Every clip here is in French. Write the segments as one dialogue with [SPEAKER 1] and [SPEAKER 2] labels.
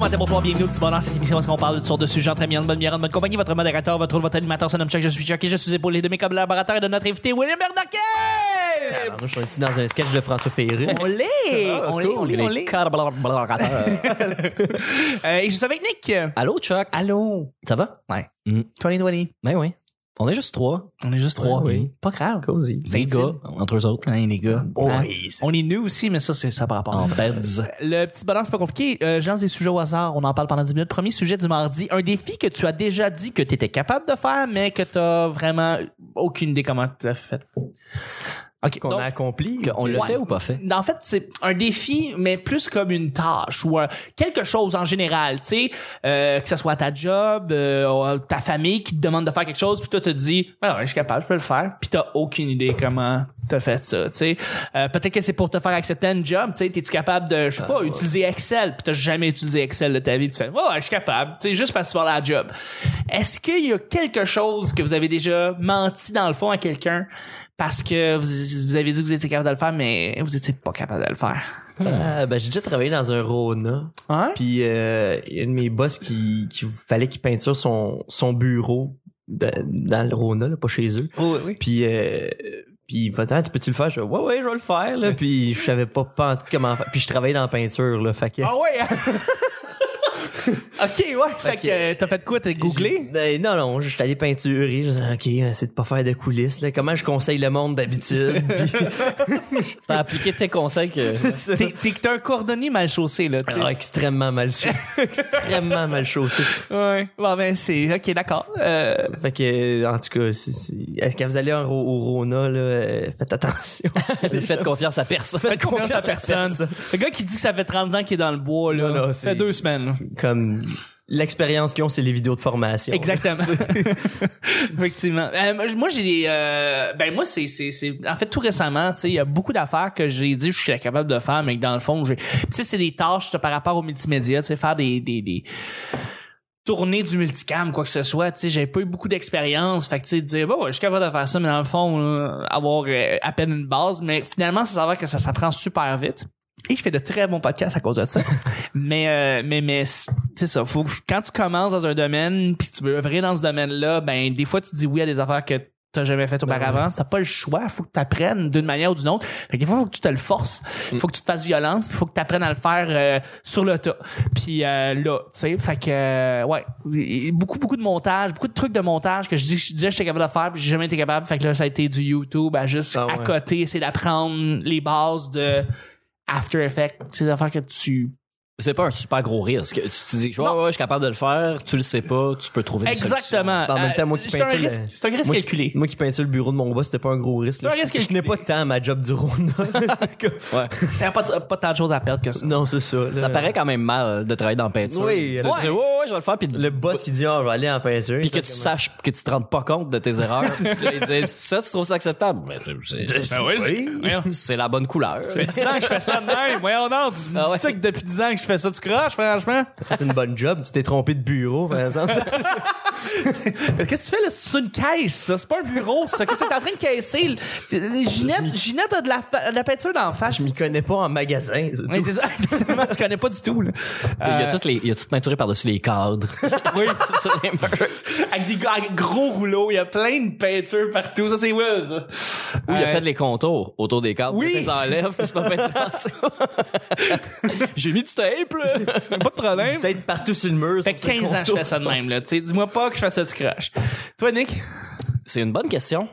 [SPEAKER 1] matin, bonsoir, bienvenue au petit bonheur. Cette émission, où est-ce qu'on parle de toutes sortes de sujets entre amis, en bonne bière, en bonne compagnie. Votre modérateur, votre rôle, votre animateur, son nom Chuck, je suis Chuck et je suis épaulé de mes collaborateurs et de notre invité, William Bernacke!
[SPEAKER 2] Tabarnouche, on est dans un sketch de François Pérus.
[SPEAKER 1] On l'est!
[SPEAKER 3] Ah,
[SPEAKER 1] on l'est, on l'est, on l'est. Euh, et je suis avec Nick.
[SPEAKER 2] Allô, Chuck?
[SPEAKER 1] Allô?
[SPEAKER 2] Ça va?
[SPEAKER 1] Ouais.
[SPEAKER 2] Mm.
[SPEAKER 1] 2020.
[SPEAKER 2] Ben oui. On est juste trois.
[SPEAKER 1] On est juste trois.
[SPEAKER 2] Ouais, oui.
[SPEAKER 1] Pas grave.
[SPEAKER 2] Cozy.
[SPEAKER 1] C'est
[SPEAKER 2] Des gars,
[SPEAKER 1] intime.
[SPEAKER 2] entre eux autres.
[SPEAKER 1] Hein, les gars. Hein?
[SPEAKER 2] On
[SPEAKER 1] On est nus aussi, mais ça, c'est ça par rapport.
[SPEAKER 2] en beds.
[SPEAKER 1] Le petit bonheur, c'est pas compliqué. Euh, je lance des sujets au hasard. On en parle pendant 10 minutes. Premier sujet du mardi. Un défi que tu as déjà dit que tu étais capable de faire, mais que tu vraiment aucune idée comment tu as fait. OK.
[SPEAKER 3] qu'on
[SPEAKER 1] donc,
[SPEAKER 3] a accompli.
[SPEAKER 2] On l'a
[SPEAKER 1] Ouais.
[SPEAKER 2] fait ou pas fait?
[SPEAKER 1] Ben, en fait, c'est un défi, mais plus comme une tâche ou un- quelque chose en général, tu sais, euh, que ce soit ta job, euh, ta famille qui te demande de faire quelque chose, puis toi, te dis, ben non, je suis capable, je peux le faire, puis t'as aucune idée comment t'as fait ça, tu sais. Euh, Peut-être que c'est pour te faire accepter un job, tu sais, t'es-tu capable de, je sais pas, utiliser Excel, puis t'as jamais utilisé Excel de ta vie, puis tu fais, ouais, ouais, je suis capable, tu sais, juste parce que tu vas à la job. Est-ce qu'il y a quelque chose que vous avez déjà menti dans le fond à quelqu'un parce que vous, vous avez dit que vous étiez capable de le faire, mais vous étiez pas capable de le faire.
[SPEAKER 3] Ah, ben, j'ai déjà travaillé dans un Rona.
[SPEAKER 1] Hein?
[SPEAKER 3] Puis euh, il y a un de mes boss qui, qui fallait qu'il peinture son, son bureau de- dans le Rona, là, pas chez eux.
[SPEAKER 1] Oui, oh, oui.
[SPEAKER 3] Puis, euh, puis il m'a dit, Ah, tu peux-tu le faire? Je fais, ouais, ouais, je vais le faire. Là. Puis je savais pas pantoute comment faire. Puis je travaillais dans la peinture. Là, fait que,
[SPEAKER 1] Ah ouais! ok, ouais. Fait que euh, t'as fait quoi? T'as googlé?
[SPEAKER 3] Ben, non, non, je suis allé peinturer. Je disais, OK, euh, c'est de pas faire de coulisses. Là. Comment je conseille le monde d'habitude? Puis-
[SPEAKER 2] T'as appliqué tes conseils que...
[SPEAKER 1] T'es t'es- t'es un cordonnier mal chaussé, là. tu sais.
[SPEAKER 3] Ah, extrêmement mal chaussé. extrêmement mal chaussé.
[SPEAKER 1] Ouais. Bon, ben, c'est. Ok, d'accord. Euh,
[SPEAKER 3] Fait que, en tout cas, si, si- quand vous allez en Ro- au Rona, là, euh, faites attention.
[SPEAKER 2] Faites confiance à personne.
[SPEAKER 1] Faites confiance à personne.
[SPEAKER 3] personne.
[SPEAKER 1] Le gars qui dit que ça fait 30 ans qu'il est dans le bois, là.
[SPEAKER 3] Non, non,
[SPEAKER 1] ça
[SPEAKER 3] c'est-
[SPEAKER 1] fait deux semaines. là.
[SPEAKER 3] Comme l'expérience qu'ils ont, c'est les vidéos de formation.
[SPEAKER 1] Exactement. Effectivement. Euh, moi, j- moi, j'ai des. euh, ben, moi, c'est, c'est, c'est. En fait, tout récemment, tu sais, il y a beaucoup d'affaires que j'ai dit que je suis capable de faire, mais que dans le fond, j'ai. Tu sais, c'est des tâches là, par rapport au multimédia, tu sais, faire des. des, des tourner du multicam quoi que ce soit tu sais j'ai pas eu beaucoup d'expérience fait que tu sais de dire bon ouais, je suis capable de faire ça mais dans le fond là, avoir euh, à peine une base mais finalement ça s'avère que ça s'apprend super vite et je fais de très bons podcasts à cause de ça mais euh, mais mais c'est ça faut quand tu commences dans un domaine puis tu veux œuvrer dans ce domaine là ben des fois tu dis oui à des affaires que t'as jamais fait
[SPEAKER 3] Ben
[SPEAKER 1] auparavant, t'as pas le choix, faut que t'apprennes d'une manière ou d'une autre. Fait que des fois faut que tu te le forces,
[SPEAKER 3] Mm.
[SPEAKER 1] faut que tu te fasses violence, puis faut que t'apprennes à le faire euh, sur le tas. Puis euh, là, tu sais, fait que euh, ouais, Et- et beaucoup beaucoup de montage, beaucoup de trucs de montage que je dis je disais que j'étais capable de faire, puis j'ai jamais été capable. Fait que là ça a été du YouTube à juste
[SPEAKER 3] Ah
[SPEAKER 1] à
[SPEAKER 3] ouais.
[SPEAKER 1] côté essayer d'apprendre les bases de After Effects, c'est des affaires que tu
[SPEAKER 2] C'est pas un super gros risque. Tu te dis, ouais,
[SPEAKER 1] Non.
[SPEAKER 2] ouais, je suis capable de le faire, tu le sais pas, tu peux trouver une
[SPEAKER 1] Exactement.
[SPEAKER 3] En même temps, moi qui
[SPEAKER 1] c'est un
[SPEAKER 3] peinture,
[SPEAKER 1] risque,
[SPEAKER 3] euh,
[SPEAKER 1] c'est un risque
[SPEAKER 3] Moi qui-
[SPEAKER 1] calculé.
[SPEAKER 3] Moi qui peinture le bureau de mon boss, c'était pas un gros risque. là.
[SPEAKER 1] C'est un risque
[SPEAKER 3] je tenais pas
[SPEAKER 1] calculé.
[SPEAKER 3] tant à ma job du Rona.
[SPEAKER 1] T'as pas, t- pas tant de choses à perdre que ça.
[SPEAKER 3] non, c'est ça. là.
[SPEAKER 2] Ça paraît quand même mal de travailler dans la peinture.
[SPEAKER 3] Oui,
[SPEAKER 2] de
[SPEAKER 3] ouais.
[SPEAKER 2] dire, ouais, ouais, je vais le faire, puis
[SPEAKER 3] Le boss qui dit, ah, je vais aller en peinture.
[SPEAKER 2] Bah- Puis que tu saches que tu te rendes pas compte de tes erreurs. C'est- ça, tu trouves ça acceptable? Ben, c'est- c'est- c'est- C'est la bonne couleur.
[SPEAKER 1] Ça fait 10 ans que je fais ça de même. Voyons donc, tu me
[SPEAKER 2] Ah
[SPEAKER 1] dis
[SPEAKER 2] ouais.
[SPEAKER 1] ça que depuis 10 ans que je fais ça, tu croches, franchement?
[SPEAKER 3] T'as fait une bonne job, tu t'es trompé de bureau, par exemple.
[SPEAKER 1] Parce que qu'est-ce que tu fais là? C'est une caisse, ça. C'est pas un bureau, ça. Qu'est-ce que t'es en train de caisser? là? C'est- Ginette, Ginette a de la, fa- de la peinture d'en face.
[SPEAKER 3] je m'y connais pas en magasin. c'est
[SPEAKER 1] Oui,
[SPEAKER 3] tout.
[SPEAKER 1] c'est ça, exactement. Je connais pas du tout, là.
[SPEAKER 2] Il y
[SPEAKER 1] Euh,
[SPEAKER 2] a toutes les- il y a tout peinturé par-dessus les cadres.
[SPEAKER 1] Oui, avec des gros- avec gros rouleaux, il y a plein de peintures partout. Ça, c'est Will, ça.
[SPEAKER 2] Ou il a
[SPEAKER 1] Euh,
[SPEAKER 2] fait les contours autour des cadres.
[SPEAKER 1] Oui.
[SPEAKER 2] Tu les enlèves, puis c'est pas peinturé en dessous. J'ai mis du tape, là.
[SPEAKER 1] pas de problème. Ça
[SPEAKER 3] Peut-être partout sur le mur.
[SPEAKER 1] fait 15 ans que je fais ça de même, là. Tu sais, dis-moi pas que je fais ça du crash. Toi, Nick?
[SPEAKER 2] C'est une bonne question.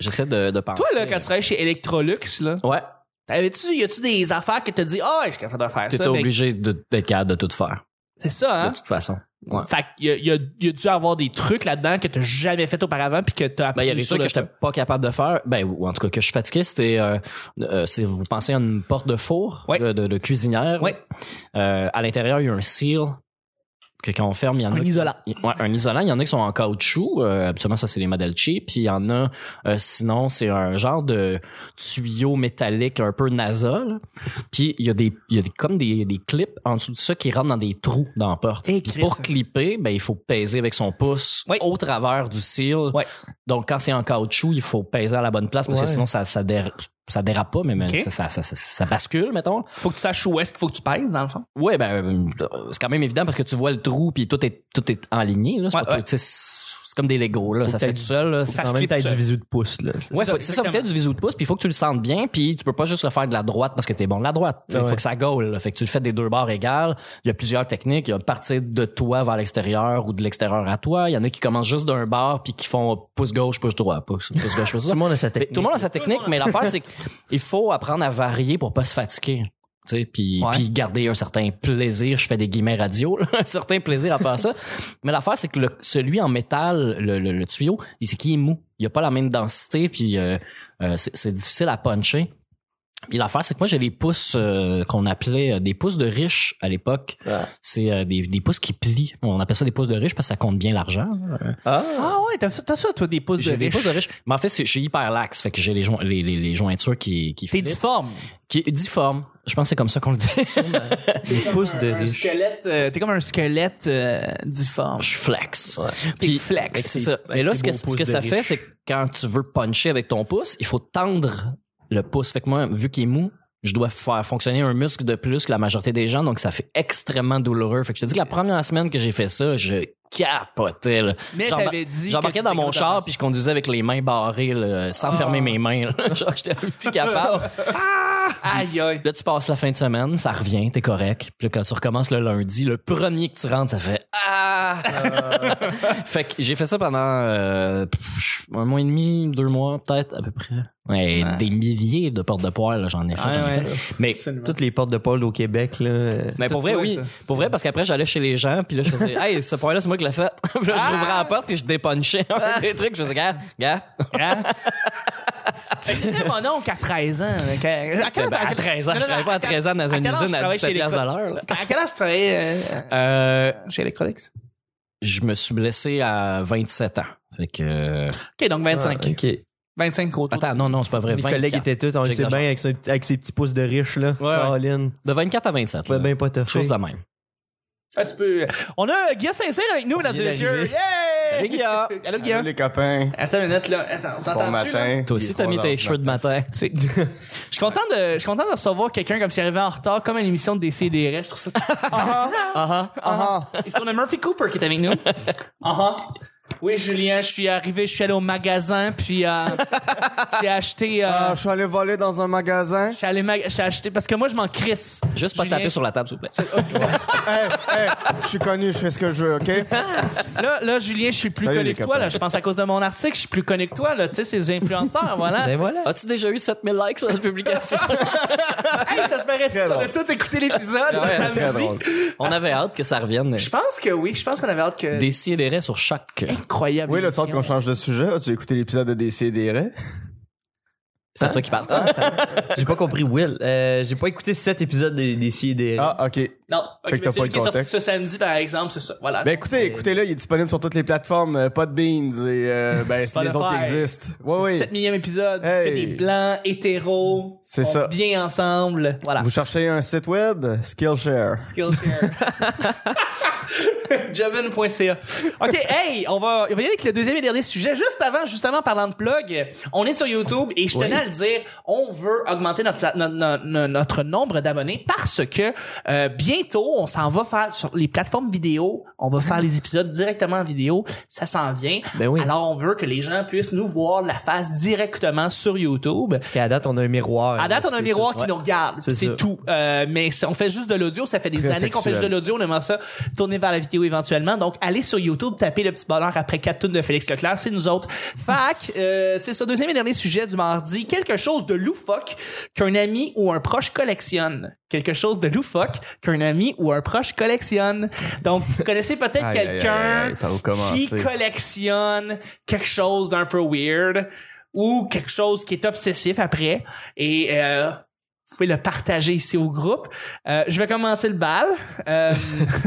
[SPEAKER 2] J'essaie de, de penser.
[SPEAKER 1] Toi, là, quand tu travailles chez Electrolux, là,
[SPEAKER 2] Ouais.
[SPEAKER 1] t'avais-tu, y a-tu des affaires que t'as dit, ah, je suis capable de faire
[SPEAKER 2] T'étais
[SPEAKER 1] ça? mais-
[SPEAKER 2] obligé de- d'être capable de tout faire.
[SPEAKER 1] C'est ça,
[SPEAKER 2] De
[SPEAKER 1] hein?
[SPEAKER 2] toute façon. Ouais.
[SPEAKER 1] Fait qu'il y a, il y a- il y a dû avoir des trucs là-dedans que t'as jamais fait auparavant puis que t'as appris.
[SPEAKER 2] Ben, il y a des
[SPEAKER 1] sur
[SPEAKER 2] trucs que
[SPEAKER 1] le
[SPEAKER 2] j'étais
[SPEAKER 1] tas.
[SPEAKER 2] pas capable de faire, ben, ou en tout cas que je suis fatigué, c'était, euh, euh, c'est- vous pensez à une porte de four
[SPEAKER 1] Ouais.
[SPEAKER 2] de, de- de cuisinière.
[SPEAKER 1] Ouais.
[SPEAKER 2] Euh, à l'intérieur, il y a un seal que quand on ferme, il y en a.
[SPEAKER 1] Un
[SPEAKER 2] qui-
[SPEAKER 1] isolant.
[SPEAKER 2] y- ouais, un isolant. Il y en a qui sont en caoutchouc. Euh, habituellement, ça, c'est les modèles cheap. Puis il y en a, euh, sinon, c'est un genre de tuyau métallique un peu NASA. là. Puis il y a des, il y a des- comme des, des clips en dessous de ça qui rentrent dans des trous dans la porte.
[SPEAKER 1] Eh,
[SPEAKER 2] Puis
[SPEAKER 1] Chris.
[SPEAKER 2] pour clipper, ben, il faut peser avec son pouce
[SPEAKER 1] Oui.
[SPEAKER 2] au travers du seal.
[SPEAKER 1] Ouais.
[SPEAKER 2] Donc, quand c'est en caoutchouc, il faut peser à la bonne place parce
[SPEAKER 3] Ouais.
[SPEAKER 2] que sinon, ça, ça déra- ça dérape pas, mais mais
[SPEAKER 1] Ok.
[SPEAKER 2] ça, ça, ça, ça- ça bascule, mettons.
[SPEAKER 1] Faut que tu saches où est-ce qu'il faut que tu pèses, dans le fond.
[SPEAKER 2] Ouais, ben, euh, c'est quand même évident parce que tu vois le trou puis tout est, tout est enligné, là. C'est
[SPEAKER 1] Ouais,
[SPEAKER 2] pas-
[SPEAKER 1] ouais.
[SPEAKER 2] tu sais, c'est c'est comme des Legos, là. Ça se fait tout seul, là.
[SPEAKER 1] Ça
[SPEAKER 3] Quand
[SPEAKER 1] se
[SPEAKER 3] même,
[SPEAKER 1] clip
[SPEAKER 3] t'as
[SPEAKER 1] seul.
[SPEAKER 3] du visu de pouce, là.
[SPEAKER 1] ça,
[SPEAKER 2] Ouais, faut- c'est ça, faut
[SPEAKER 1] exactement.
[SPEAKER 2] peut-être du visu de pouce, puis il faut que tu le sentes bien, puis tu peux pas juste le faire de la droite parce que t'es bon de la droite. Il
[SPEAKER 3] Ouais.
[SPEAKER 2] faut que ça gaule. là. Fait que tu le fais des deux barres égales. Il y a plusieurs techniques. Il y a de partir de toi vers l'extérieur ou de l'extérieur à toi. Il y en a qui commencent juste d'un bar puis qui font pouce gauche, pouce droit, pouce, pouce gauche, pouce
[SPEAKER 3] Tout
[SPEAKER 2] droit.
[SPEAKER 3] le monde a sa
[SPEAKER 2] Mais
[SPEAKER 3] technique.
[SPEAKER 2] Tout le monde a sa technique, mais l'affaire, c'est qu'il faut apprendre à varier pour pas se fatiguer. Tu sais, puis
[SPEAKER 3] Ouais.
[SPEAKER 2] puis garder un certain plaisir, je fais des guillemets radio, là, un certain plaisir à faire ça. Mais l'affaire, c'est que le- celui en métal, le, le- le tuyau, il- c'est qu'il est mou. Il a pas la même densité, puis euh, euh, c'est c'est difficile à puncher. Puis l'affaire, c'est que moi, j'ai les pouces euh, qu'on appelait euh, des pouces de riches à l'époque.
[SPEAKER 3] Ouais.
[SPEAKER 2] C'est euh, des, des pouces qui plient. On appelle ça des pouces de riches parce que ça compte bien l'argent.
[SPEAKER 3] Ah!
[SPEAKER 1] Ah ouais, t'as t'as ça, toi, des pouces de
[SPEAKER 2] J'ai des
[SPEAKER 1] riche.
[SPEAKER 2] pouces de riches. Mais en fait, c'est- je suis hyper lax. Fait que j'ai les, joint- les, les, les jointures qui, qui
[SPEAKER 1] T'es
[SPEAKER 2] flippent.
[SPEAKER 1] difforme.
[SPEAKER 2] Qui est difforme. Je pense que c'est comme ça qu'on le dit.
[SPEAKER 3] Les pouces de
[SPEAKER 1] Un
[SPEAKER 3] riche.
[SPEAKER 1] squelette, euh, t'es comme un squelette euh, difforme.
[SPEAKER 2] Je flex.
[SPEAKER 1] T'es flex.
[SPEAKER 2] C'est ça.
[SPEAKER 3] Avec
[SPEAKER 2] Mais là,
[SPEAKER 3] ses
[SPEAKER 2] ce que,
[SPEAKER 3] beaux
[SPEAKER 2] ce
[SPEAKER 3] pouces
[SPEAKER 2] que
[SPEAKER 3] de
[SPEAKER 2] ça
[SPEAKER 3] riche.
[SPEAKER 2] fait, c'est que quand tu veux puncher avec ton pouce, il faut tendre le pouce. Fait que moi, vu qu'il est mou, je dois faire fonctionner un muscle de plus que la majorité des gens, donc ça fait extrêmement douloureux. Fait que je te dis que la première semaine que j'ai fait ça, je capotais. là.
[SPEAKER 1] Mais
[SPEAKER 2] J'embar-
[SPEAKER 1] t'avais dit que
[SPEAKER 2] J'embarquais dans
[SPEAKER 1] t'étais capable
[SPEAKER 2] mon
[SPEAKER 1] de
[SPEAKER 2] char
[SPEAKER 1] faire
[SPEAKER 2] puis je conduisais avec les mains barrées, là, sans fermer mes mains. là. Genre, j'étais plus capable.
[SPEAKER 1] Aïe, aïe.
[SPEAKER 2] Là, tu passes la fin de semaine, ça revient, t'es correct. Puis là, quand tu recommences le lundi, le premier que tu rentres, ça fait Ah! fait que j'ai fait ça pendant euh, pff, un mois et demi, deux mois, peut-être, à peu près.
[SPEAKER 1] Ouais.
[SPEAKER 2] Ouais, Des milliers de portes de poêle, là, j'en ai fait,
[SPEAKER 1] Ouais,
[SPEAKER 2] j'en ai
[SPEAKER 1] ouais.
[SPEAKER 2] fait. Mais,
[SPEAKER 3] Toutes les portes de Paul au Québec, là. euh,
[SPEAKER 2] mais pour
[SPEAKER 1] tout
[SPEAKER 2] vrai,
[SPEAKER 1] toi,
[SPEAKER 2] oui.
[SPEAKER 1] ça.
[SPEAKER 2] Pour vrai, parce qu'après, j'allais chez les gens, puis là, je faisais Hey, ce poêle-là, c'est moi qui l'ai fait. Puis là, je rouvrais la porte, puis je dépunchais un des trucs. Je faisais Gars, gars,
[SPEAKER 1] C'était mon oncle à 13 ans. là, quand- à quel-
[SPEAKER 2] Ben, à 13 ans,
[SPEAKER 1] Non, non,
[SPEAKER 2] je travaillais pas à 13 ans dans
[SPEAKER 1] à
[SPEAKER 2] une
[SPEAKER 1] quel âge
[SPEAKER 2] usine
[SPEAKER 1] je
[SPEAKER 2] à
[SPEAKER 1] travaillais chez
[SPEAKER 2] 17 piastres de l'heure. là.
[SPEAKER 1] À quel âge tu travaillais euh,
[SPEAKER 2] Euh,
[SPEAKER 1] chez Electrolux?
[SPEAKER 2] je me suis blessé à 27 ans. Fait que. euh,
[SPEAKER 1] OK, donc 25.
[SPEAKER 3] ah, OK.
[SPEAKER 1] 25 gros taux.
[SPEAKER 2] Attends, non, non, c'est pas vrai.
[SPEAKER 3] Mes
[SPEAKER 2] 24.
[SPEAKER 3] collègues étaient tous, on le sait
[SPEAKER 2] J'exagère.
[SPEAKER 3] bien, avec, son- avec ses petits pouces de riche, là.
[SPEAKER 2] ouais.
[SPEAKER 3] Caroline.
[SPEAKER 2] De 24 à 27.
[SPEAKER 3] Pouvait
[SPEAKER 2] là.
[SPEAKER 1] ben,
[SPEAKER 3] bien pas te
[SPEAKER 2] Chose de même.
[SPEAKER 1] Ah, tu peux... On a Guillaume Saint-Cyr avec nous, mesdames et
[SPEAKER 3] vient
[SPEAKER 1] messieurs.
[SPEAKER 3] d'arriver.
[SPEAKER 1] Yeah!
[SPEAKER 2] Salut, Guilla.
[SPEAKER 1] Allô,
[SPEAKER 4] Salut
[SPEAKER 1] Guillaume.
[SPEAKER 4] les copains.
[SPEAKER 1] Attends une minute, là. Attends, on
[SPEAKER 4] Bon
[SPEAKER 1] t'entend-tu, là?
[SPEAKER 4] matin.
[SPEAKER 2] Toi aussi, t'as mis tes cheveux de matin.
[SPEAKER 1] C'est- je suis content de, je suis content de recevoir quelqu'un comme s'il arrivait en retard, comme à l'émission de DCDR. Je trouve ça. Ah ah, ah ah. Ici, on a Murphy Cooper qui est avec nous. Ah ah. Oui, Julien, je suis arrivé, je suis allé au magasin, puis euh, j'ai acheté. euh,
[SPEAKER 4] Ah, je suis allé voler dans un magasin.
[SPEAKER 1] je suis allé mag- j'ai acheté parce que moi je m'en crisse.
[SPEAKER 2] Juste pas
[SPEAKER 1] Julien, ah,
[SPEAKER 2] taper sur la table, s'il vous plaît.
[SPEAKER 4] hey, hey, je suis connu, je fais ce que je veux, OK?
[SPEAKER 1] Là, là, Julien, je suis plus
[SPEAKER 4] Salut,
[SPEAKER 1] connu
[SPEAKER 4] les
[SPEAKER 1] que toi.
[SPEAKER 4] copains.
[SPEAKER 1] Là, je pense à cause de mon article, je suis plus connu que toi. Là, tu sais, ces influenceurs, voilà.
[SPEAKER 3] Ben voilà.
[SPEAKER 2] As-tu déjà eu 7000 likes sur la publication?
[SPEAKER 1] Hey, ça se paraît-tu
[SPEAKER 4] Très
[SPEAKER 1] qu'on a
[SPEAKER 4] drôle.
[SPEAKER 1] tout écouté l'épisode
[SPEAKER 2] Ouais,
[SPEAKER 1] samedi?
[SPEAKER 4] Très drôle.
[SPEAKER 2] On avait hâte que ça revienne.
[SPEAKER 1] Je pense que oui. Je pense qu'on avait hâte que.
[SPEAKER 2] Des si et des raies sur chaque.
[SPEAKER 1] Incroyable.
[SPEAKER 4] Oui, le temps
[SPEAKER 1] émission.
[SPEAKER 4] qu'on change de sujet, as-tu écouté l'épisode de DCDR?
[SPEAKER 2] C'est à toi qui parles.
[SPEAKER 1] ah,
[SPEAKER 3] J'ai pas compris, Will. Euh, j'ai pas écouté cet épisode des, des CIDR.
[SPEAKER 4] Ah, OK.
[SPEAKER 1] Non, ok,
[SPEAKER 4] Fait que t'as
[SPEAKER 1] mais
[SPEAKER 4] pas
[SPEAKER 1] celui
[SPEAKER 4] le
[SPEAKER 1] qui est sorti
[SPEAKER 4] contexte.
[SPEAKER 1] ce samedi, par exemple, c'est ça. Voilà.
[SPEAKER 4] Ben écoutez, écoutez-le, il est disponible sur toutes les plateformes, euh, Podbeans et euh, ben, c'est les autres qui
[SPEAKER 1] Spotify.
[SPEAKER 4] existent. Oui, oui.
[SPEAKER 1] 7 e épisode,
[SPEAKER 4] Hey.
[SPEAKER 1] que des blancs, hétéros,
[SPEAKER 4] C'est
[SPEAKER 1] sont
[SPEAKER 4] ça.
[SPEAKER 1] bien ensemble. Voilà.
[SPEAKER 4] Vous cherchez un site web? Skillshare.
[SPEAKER 1] Skillshare. Jobin.ca. OK, hey, on va, on va y aller avec le deuxième et dernier sujet. Juste avant, justement, parlant de plug, on est sur YouTube et je tenais à le dire, on veut augmenter notre, notre, notre- notre nombre d'abonnés parce que euh, bientôt, on s'en va faire sur les plateformes vidéo. On va faire les épisodes directement en vidéo. Ça s'en vient.
[SPEAKER 3] Ben oui.
[SPEAKER 1] Alors, on veut que les gens puissent nous voir la face directement sur YouTube.
[SPEAKER 3] Parce qu'à date, on a un miroir.
[SPEAKER 1] À date, on a un miroir qui
[SPEAKER 3] Ouais.
[SPEAKER 1] nous regarde.
[SPEAKER 3] C'est ça.
[SPEAKER 1] C'est tout. Euh, mais si on fait juste de l'audio. Ça fait des
[SPEAKER 4] Très
[SPEAKER 1] années qu'on fait
[SPEAKER 4] sexuel.
[SPEAKER 1] juste de l'audio. On aimerait ça tourner vers la vidéo éventuellement. Donc, allez sur YouTube, tapez le petit bonheur après quatre tunes de Félix Leclerc. C'est nous autres. Fac, euh, c'est ça. Deuxième et dernier sujet du mardi. Quelque chose de loufoque qu'un ami ou un proche collectionne. Quelque chose de loufoque qu'un ami ou un proche collectionne. Donc, vous connaissez peut-être
[SPEAKER 4] Aïe, aïe, aïe,
[SPEAKER 1] quelqu'un
[SPEAKER 4] aïe, par où
[SPEAKER 1] qui
[SPEAKER 4] commencer?
[SPEAKER 1] collectionne quelque chose d'un peu weird ou quelque chose qui est obsessif après et euh, vous pouvez le partager ici au groupe. Euh, je vais commencer le bal. Euh,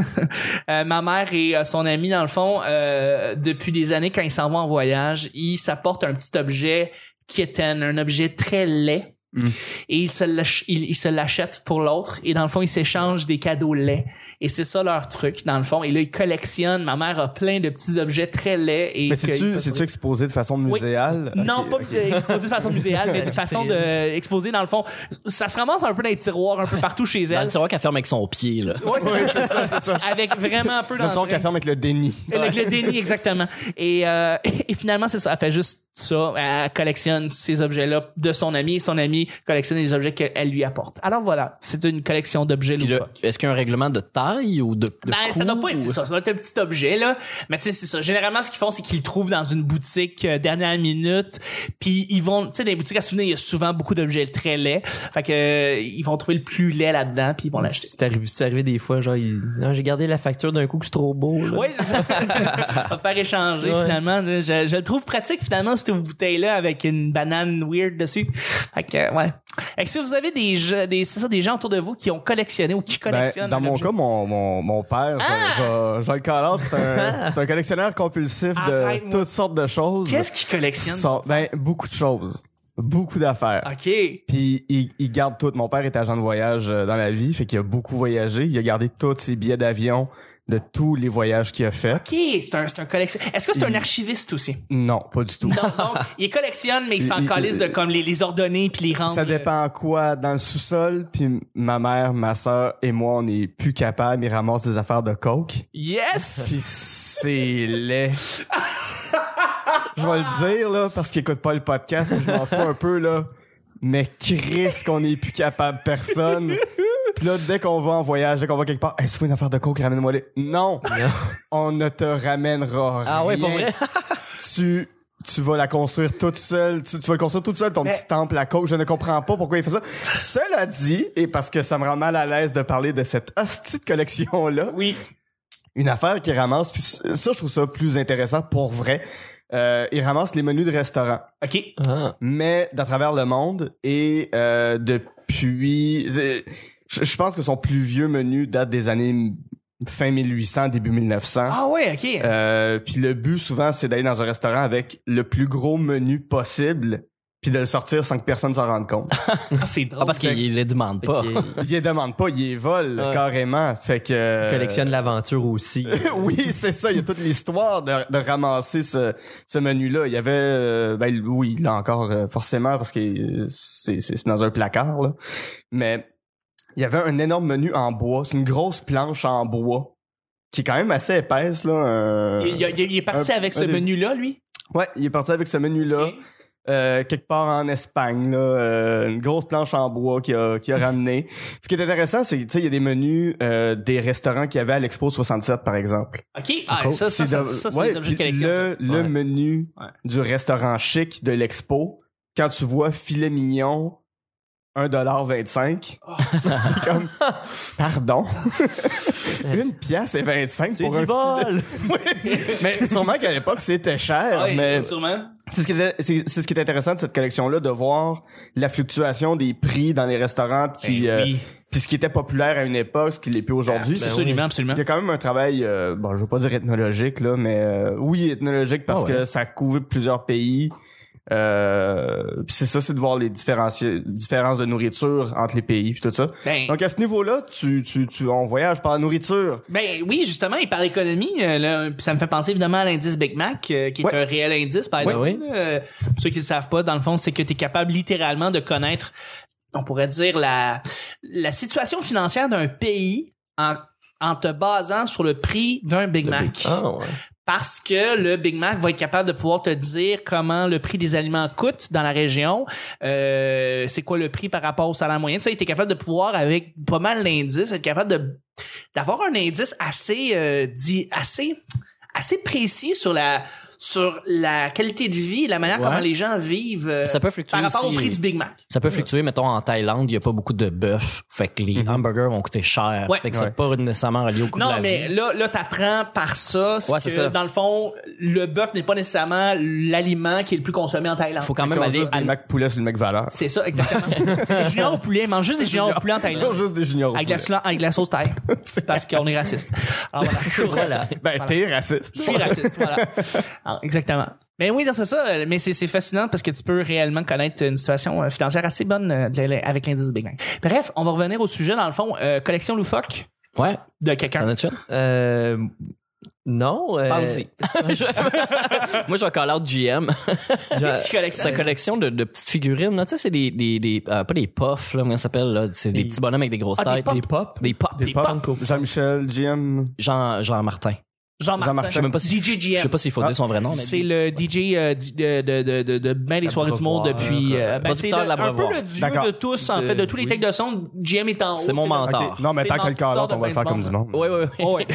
[SPEAKER 1] euh, ma mère et euh, son ami, dans le fond, euh, depuis des années, quand ils s'en vont en voyage, ils s'apportent un petit objet qui est un objet très laid
[SPEAKER 4] Mm.
[SPEAKER 1] Et ils se l'ach- ils ils se l'achètent pour l'autre. Et dans le fond, ils s'échangent des cadeaux laids. Et c'est ça leur truc, dans le fond. Et là, ils collectionnent. Ma mère a plein de petits objets très laids. Et
[SPEAKER 4] Mais
[SPEAKER 1] que- ils
[SPEAKER 4] c'est-tu
[SPEAKER 1] peuvent-
[SPEAKER 4] c'est-tu exposé de façon
[SPEAKER 1] Oui.
[SPEAKER 4] muséale?
[SPEAKER 1] non,
[SPEAKER 4] Ok,
[SPEAKER 1] pas euh,
[SPEAKER 4] ok.
[SPEAKER 1] exposé de façon muséale, mais de façon de exposée dans le fond. Ça se ramasse un peu dans les tiroirs, un peu partout chez
[SPEAKER 2] Dans le
[SPEAKER 1] elle.
[SPEAKER 2] tiroir qu'elle ferme avec son pied, là.
[SPEAKER 1] Ouais, c'est
[SPEAKER 4] Oui,
[SPEAKER 1] ça.
[SPEAKER 4] c'est ça, c'est ça.
[SPEAKER 1] Avec vraiment un peu
[SPEAKER 4] Dans le temps
[SPEAKER 1] d'entrain.
[SPEAKER 4] qu'elle ferme avec le déni.
[SPEAKER 1] Avec le déni, exactement. Et, euh, et finalement, c'est ça. Elle fait juste ça. Elle collectionne ces objets-là de son ami et son ami collectionne les objets qu'elle lui apporte. Alors voilà, c'est une collection d'objets
[SPEAKER 2] Puis là,
[SPEAKER 1] loufoques.
[SPEAKER 2] est-ce qu'il y a un règlement de taille ou de, de
[SPEAKER 1] Ben, ça
[SPEAKER 2] coût,
[SPEAKER 1] doit pas être
[SPEAKER 2] ou-
[SPEAKER 1] c'est ça. Ça doit être un petit objet, là. Mais tu sais, c'est ça. Généralement, ce qu'ils font, c'est qu'ils le trouvent dans une boutique euh, dernière minute. Puis ils vont, tu sais, dans les boutiques à souvenirs, il y a souvent beaucoup d'objets très laids. Fait que, euh, ils vont trouver le plus laid là-dedans, puis ils
[SPEAKER 2] Mm.
[SPEAKER 1] vont l'acheter.
[SPEAKER 3] C'est arrivé, c'est arrivé des fois, genre, il- Ah, j'ai gardé la facture d'un coup que c'est trop beau. là.
[SPEAKER 1] Oui, c'est ça. On va faire échanger
[SPEAKER 3] Ouais.
[SPEAKER 1] finalement. Je, je- je le trouve pratique finalement, cette bouteille-là avec une banane weird dessus. Fait que, ouais. Est-ce que vous avez des, jeux- des, c'est ça, des gens autour de vous qui ont collectionné ou qui
[SPEAKER 4] Ben,
[SPEAKER 1] collectionnent?
[SPEAKER 4] dans
[SPEAKER 1] un
[SPEAKER 4] mon
[SPEAKER 1] objet? Ah!
[SPEAKER 4] cas, mon, mon, mon père, je- je, je, vais le call out, c'est un, c'est un collectionneur compulsif de
[SPEAKER 1] Arrête-moi.
[SPEAKER 4] toutes sortes de choses.
[SPEAKER 1] Qu'est-ce qu'ils collectionnent?
[SPEAKER 4] Son- ben, beaucoup de choses. Beaucoup d'affaires.
[SPEAKER 1] OK.
[SPEAKER 4] Puis il, il garde tout. Mon père est agent de voyage euh, dans la vie, fait qu'il a beaucoup voyagé. Il a gardé tous ses billets d'avion de tous les voyages qu'il a fait.
[SPEAKER 1] OK, c'est un, c'est un collectionneur. Est-ce que
[SPEAKER 4] Mm.
[SPEAKER 1] c'est un archiviste aussi?
[SPEAKER 4] Non, pas du tout.
[SPEAKER 1] Non, non. Il collectionne, mais il s'en
[SPEAKER 4] Il- il-
[SPEAKER 1] calisse de comme les, les ordonnées puis les rendre. euh,
[SPEAKER 4] Ça dépend en quoi. Dans le sous-sol, puis ma mère, ma sœur et moi, on est plus capables. Ils ramassent des affaires de coke.
[SPEAKER 1] Yes!
[SPEAKER 4] Pis c'est laid. je vais le dire, là, parce qu'il écoute pas le podcast, puis je m'en fous un peu, là. Mais Chris, qu'on est plus capable, personne. Puis là, dès qu'on va en voyage, dès qu'on va quelque part, est-ce que une affaire de coke, ramène-moi-les. Non! On ne te ramènera rien.
[SPEAKER 2] Ah ouais, pour vrai?
[SPEAKER 4] tu, tu vas la construire toute seule. Tu, tu vas le construire toute seule, ton petit temple à coke. Je ne comprends pas pourquoi il fait ça. Cela dit, et parce que ça me rend mal à l'aise de parler de cette hostie de collection-là,
[SPEAKER 1] Oui.
[SPEAKER 4] une affaire qui ramasse, puis ça, je trouve ça plus intéressant pour vrai. Euh, il ramasse les menus de restaurants,
[SPEAKER 1] OK.
[SPEAKER 3] Ah.
[SPEAKER 4] mais d'à travers le monde et euh, depuis. euh, Je je pense que son plus vieux menu date des années m- fin 1800, début 1900.
[SPEAKER 1] Ah ouais, OK.
[SPEAKER 4] Euh, puis le but souvent, c'est d'aller dans un restaurant avec le plus gros menu possible, puis de le sortir sans que personne s'en rende compte.
[SPEAKER 1] Ah, c'est drôle.
[SPEAKER 2] Ah, parce qu'il les demande pas.
[SPEAKER 3] Fait qu'il
[SPEAKER 4] il les demande pas, il les vole
[SPEAKER 3] Ouais.
[SPEAKER 4] carrément. Fait que.
[SPEAKER 3] collectionne l'aventure aussi.
[SPEAKER 4] oui, c'est ça. Il y a toute l'histoire de, de ramasser ce, ce menu-là. Il y avait, euh, ben oui, là encore, euh, forcément, parce que euh, c'est c'est- c'est dans un placard, là. Mais il y avait un énorme menu en bois. C'est une grosse planche en bois qui est quand même assez épaisse, là. euh,
[SPEAKER 1] Il, il- il est parti
[SPEAKER 4] Un-
[SPEAKER 1] avec
[SPEAKER 4] un
[SPEAKER 1] ce
[SPEAKER 4] des-
[SPEAKER 1] menu-là, lui?
[SPEAKER 4] Ouais, il est parti avec ce menu-là.
[SPEAKER 1] Ok.
[SPEAKER 4] Euh, quelque part en Espagne, là, euh, une grosse planche en bois qu'il a, qu'il a ramené. Ce qui est intéressant, c'est, tu sais, il y a des menus euh, des restaurants qu'il y avait à l'Expo 67, par exemple.
[SPEAKER 1] OK. Ah, ça, ça,
[SPEAKER 4] Puis
[SPEAKER 1] ça,
[SPEAKER 4] de-
[SPEAKER 1] ça, c'est
[SPEAKER 4] ouais,
[SPEAKER 1] des objets de
[SPEAKER 4] puis
[SPEAKER 1] collection. ça.
[SPEAKER 4] Le, le
[SPEAKER 3] Ouais.
[SPEAKER 4] menu
[SPEAKER 1] Ouais.
[SPEAKER 4] du restaurant chic de l'expo, quand tu vois filet mignon,
[SPEAKER 1] Oh.
[SPEAKER 4] 1,25$. Comme, pardon. Une pièce et 25
[SPEAKER 3] C'est
[SPEAKER 4] pour
[SPEAKER 3] du
[SPEAKER 4] un
[SPEAKER 3] bol!
[SPEAKER 4] filet. Mais sûrement qu'à l'époque, c'était cher.
[SPEAKER 1] Ouais,
[SPEAKER 4] mais
[SPEAKER 1] sûrement.
[SPEAKER 4] c'est ce, qui est, c'est, c'est ce qui est intéressant de cette collection-là, de voir la fluctuation des prix dans les restaurants, puis,
[SPEAKER 1] Ben
[SPEAKER 4] euh,
[SPEAKER 1] oui.
[SPEAKER 4] puis ce qui était populaire à une époque, ce qui l'est plus aujourd'hui.
[SPEAKER 3] ben
[SPEAKER 1] absolument, absolument.
[SPEAKER 4] Il y a quand même un travail, euh, bon, je veux pas dire ethnologique là, mais euh, oui ethnologique parce
[SPEAKER 2] Ah ouais.
[SPEAKER 4] que ça couvre plusieurs pays. Euh, puis c'est ça, c'est de voir les différenci- différences de nourriture entre les pays puis tout ça.
[SPEAKER 1] Ben,
[SPEAKER 4] Donc à ce niveau-là, tu, tu, tu on voyage par la nourriture.
[SPEAKER 1] ben oui, justement, et par économie, euh, là, puis ça me fait penser évidemment à l'indice Big Mac, euh, qui est
[SPEAKER 4] Ouais.
[SPEAKER 1] un réel indice, par exemple.
[SPEAKER 3] oui.
[SPEAKER 1] là. Euh, pour ceux qui ne savent pas, dans le fond, c'est que tu es capable littéralement de connaître, on pourrait dire, la, la situation financière d'un pays en, en te basant sur le prix d'un Big Mac.
[SPEAKER 3] Ah, ouais.
[SPEAKER 1] parce que le Big Mac va être capable de pouvoir te dire comment le prix des aliments coûte dans la région, euh, c'est quoi le prix par rapport au salaire moyen. Ça, il était capable de pouvoir, avec pas mal d'indices, être capable de d'avoir un indice assez euh, dit assez assez précis sur la sur la qualité de vie, et la manière
[SPEAKER 2] Ouais.
[SPEAKER 1] comment les gens vivent euh,
[SPEAKER 2] Ça peut fluctuer
[SPEAKER 1] par rapport au
[SPEAKER 2] aussi.
[SPEAKER 1] prix du Big Mac.
[SPEAKER 2] Ça peut fluctuer, mettons, en Thaïlande, il n'y a pas beaucoup de bœuf. Fait que les hamburgers vont coûter cher.
[SPEAKER 1] Mhm. Ouais.
[SPEAKER 2] Fait que c'est
[SPEAKER 4] Ouais.
[SPEAKER 2] pas nécessairement relié au coût
[SPEAKER 1] Non,
[SPEAKER 2] de la
[SPEAKER 1] mais
[SPEAKER 2] vie.
[SPEAKER 1] là, là, t'apprends par ça
[SPEAKER 2] Ouais,
[SPEAKER 1] que,
[SPEAKER 2] c'est ça.
[SPEAKER 1] dans le fond, le bœuf n'est pas nécessairement l'aliment qui est le plus consommé en Thaïlande.
[SPEAKER 2] Faut quand
[SPEAKER 4] Ils
[SPEAKER 2] même
[SPEAKER 4] ont
[SPEAKER 2] aller
[SPEAKER 4] juste des Mac poulet sur le Mac valeur.
[SPEAKER 1] C'est ça, exactement. C'est des juniors au poulet. Ils mangent juste des juniors au poulet en
[SPEAKER 4] Ils ont
[SPEAKER 1] Thaïlande.
[SPEAKER 4] juste des juniors. au
[SPEAKER 1] Avec la,
[SPEAKER 4] poulet.
[SPEAKER 1] sou- avec la sauce thaï. Parce qu'on est raciste. Alors voilà.
[SPEAKER 3] Voilà.
[SPEAKER 4] Ben t'es raciste.
[SPEAKER 1] Je suis raciste, voilà. Alors, Non, exactement. Ben oui, non, c'est ça. Mais c'est c'est fascinant parce que tu peux réellement connaître une situation euh, financière assez bonne euh, de l'in- avec l'indice Big Bang. Bref, on va revenir au sujet, dans le fond, euh, collection loufoque
[SPEAKER 2] Ouais,
[SPEAKER 1] de
[SPEAKER 2] t'en
[SPEAKER 1] quelqu'un.
[SPEAKER 2] as-tu une?
[SPEAKER 3] Euh, non. euh,
[SPEAKER 2] Parle-y. Euh, Moi, je vais call out GM.
[SPEAKER 1] Qu'est-ce qu'il
[SPEAKER 2] Sa
[SPEAKER 1] collectionne?
[SPEAKER 2] collection de, de petites figurines, là, tu sais, c'est des, des, des euh, pas des puffs, là, comment ça s'appelle, là, c'est des
[SPEAKER 3] Des-
[SPEAKER 2] petits bonhommes avec des grosses
[SPEAKER 1] Ah, des
[SPEAKER 2] têtes.
[SPEAKER 1] pop.
[SPEAKER 3] Des pop.
[SPEAKER 2] Des pop.
[SPEAKER 4] Des pop. Jean-Michel, Jim.
[SPEAKER 2] Jean, Jean Martin.
[SPEAKER 1] Jean-Martin.
[SPEAKER 4] Jean-Martin.
[SPEAKER 2] Je sais même pas si-
[SPEAKER 1] DJ
[SPEAKER 2] Je sais
[SPEAKER 1] GM.
[SPEAKER 2] pas s'il faut
[SPEAKER 4] Ah.
[SPEAKER 2] dire son vrai nom, mais.
[SPEAKER 1] C'est le DJ euh, di- de, de, de, de, de ben les soirées du monde
[SPEAKER 3] L'Abreuvoir,
[SPEAKER 1] depuis. euh,
[SPEAKER 3] euh,
[SPEAKER 1] ben, c'est le- un
[SPEAKER 2] producteur
[SPEAKER 1] peu
[SPEAKER 2] L'Abreuvoir.
[SPEAKER 1] le dieu
[SPEAKER 4] D'accord.
[SPEAKER 1] de tous, en
[SPEAKER 3] De-
[SPEAKER 1] fait, de tous les
[SPEAKER 3] oui.
[SPEAKER 1] techs de son. GM est en haut.
[SPEAKER 2] C'est mon
[SPEAKER 1] le-
[SPEAKER 2] mentor.
[SPEAKER 4] Ok. Non, mais
[SPEAKER 1] C'est
[SPEAKER 4] tant que le
[SPEAKER 1] mentor
[SPEAKER 4] call-out,
[SPEAKER 1] de
[SPEAKER 4] on va
[SPEAKER 1] ben
[SPEAKER 4] le faire
[SPEAKER 1] du
[SPEAKER 4] comme
[SPEAKER 1] monde.
[SPEAKER 4] du monde.
[SPEAKER 2] Ouais, ouais, ouais.
[SPEAKER 1] Oh, ouais.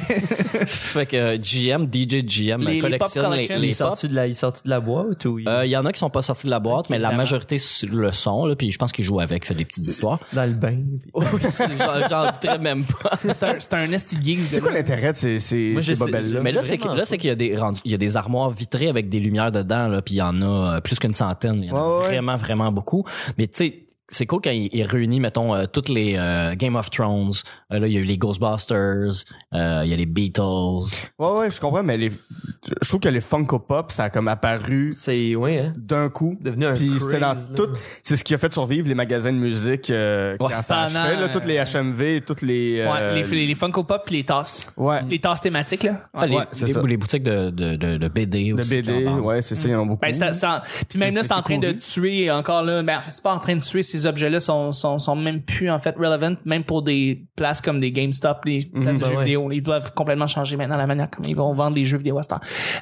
[SPEAKER 2] fait que euh, GM, DJ GM,
[SPEAKER 1] Les- les
[SPEAKER 2] collectionne
[SPEAKER 1] pop
[SPEAKER 2] les,
[SPEAKER 1] collection,
[SPEAKER 2] les
[SPEAKER 3] Il est
[SPEAKER 2] pop.
[SPEAKER 3] sorti de la, il est sorti de la boîte ou il-
[SPEAKER 2] Il y en a qui sont pas sortis de la boîte, mais la
[SPEAKER 1] évidemment.
[SPEAKER 2] majorité s- le sont, là, puis je pense qu'ils jouent avec, fait des petites histoires.
[SPEAKER 3] dans le bain.
[SPEAKER 2] Oui, c'est- j'en j'en douterais même pas.
[SPEAKER 1] C'est un- c'est un esti geek. ce
[SPEAKER 4] C'est quoi
[SPEAKER 1] gars-là.
[SPEAKER 4] l'intérêt de ces, ces,
[SPEAKER 3] Moi,
[SPEAKER 4] ces
[SPEAKER 3] je sais-
[SPEAKER 4] bobelles-là?
[SPEAKER 2] Mais là,
[SPEAKER 3] C'est
[SPEAKER 2] c'est que-
[SPEAKER 3] vraiment
[SPEAKER 2] là, c'est qu'il y a des rendus- il y a des armoires vitrées avec des lumières dedans, là, puis il y en a euh, plus qu'une centaine. Il y en a
[SPEAKER 4] Ouais, ouais.
[SPEAKER 2] vraiment, vraiment beaucoup. Mais tu sais, c'est cool quand il, il réunit, mettons, euh, toutes les euh, Game of Thrones. Euh, là, il y a eu les Ghostbusters, euh, il y a les Beatles.
[SPEAKER 4] Ouais, ouais, je comprends, mais les, je trouve que les Funko Pop, ça a comme apparu
[SPEAKER 3] C'est, ouais, hein.
[SPEAKER 4] d'un coup.
[SPEAKER 3] Devenu un
[SPEAKER 4] Puis
[SPEAKER 3] craze,
[SPEAKER 4] c'était dans
[SPEAKER 3] là.
[SPEAKER 4] tout. C'est ce qui a fait survivre les magasins de musique euh,
[SPEAKER 2] Ouais,
[SPEAKER 4] quand ça a
[SPEAKER 1] pendant, euh,
[SPEAKER 4] achevé, là, toutes les HMV, toutes les.
[SPEAKER 1] Ouais,
[SPEAKER 4] euh, Mm.
[SPEAKER 1] les, les, les Funko Pop et les tasses.
[SPEAKER 4] Ouais.
[SPEAKER 1] Les tasses thématiques, là.
[SPEAKER 2] Ah, les,
[SPEAKER 4] ouais, c'est
[SPEAKER 2] les-
[SPEAKER 4] ça.
[SPEAKER 2] les boutiques de, de, de, de BD
[SPEAKER 4] Le
[SPEAKER 2] aussi. qui
[SPEAKER 4] BD,
[SPEAKER 2] en vendent.
[SPEAKER 4] ouais, c'est ça, ils en ont beaucoup. Ah,
[SPEAKER 1] Ben, c'est- c'est en- puis même
[SPEAKER 4] C'est-
[SPEAKER 1] là,
[SPEAKER 4] c'est-
[SPEAKER 1] c'est en
[SPEAKER 4] c'est
[SPEAKER 1] train de
[SPEAKER 4] couru.
[SPEAKER 1] tuer encore là. Ben, en fait, c'est pas en train de tuer. Ces objets-là sont, sont, sont même plus, en fait, relevant, même pour des places comme des GameStop, les places de
[SPEAKER 3] ben
[SPEAKER 1] jeux
[SPEAKER 3] ouais.
[SPEAKER 1] vidéo. Ils doivent complètement changer maintenant la manière comme ils vont vendre les jeux vidéo à ce temps.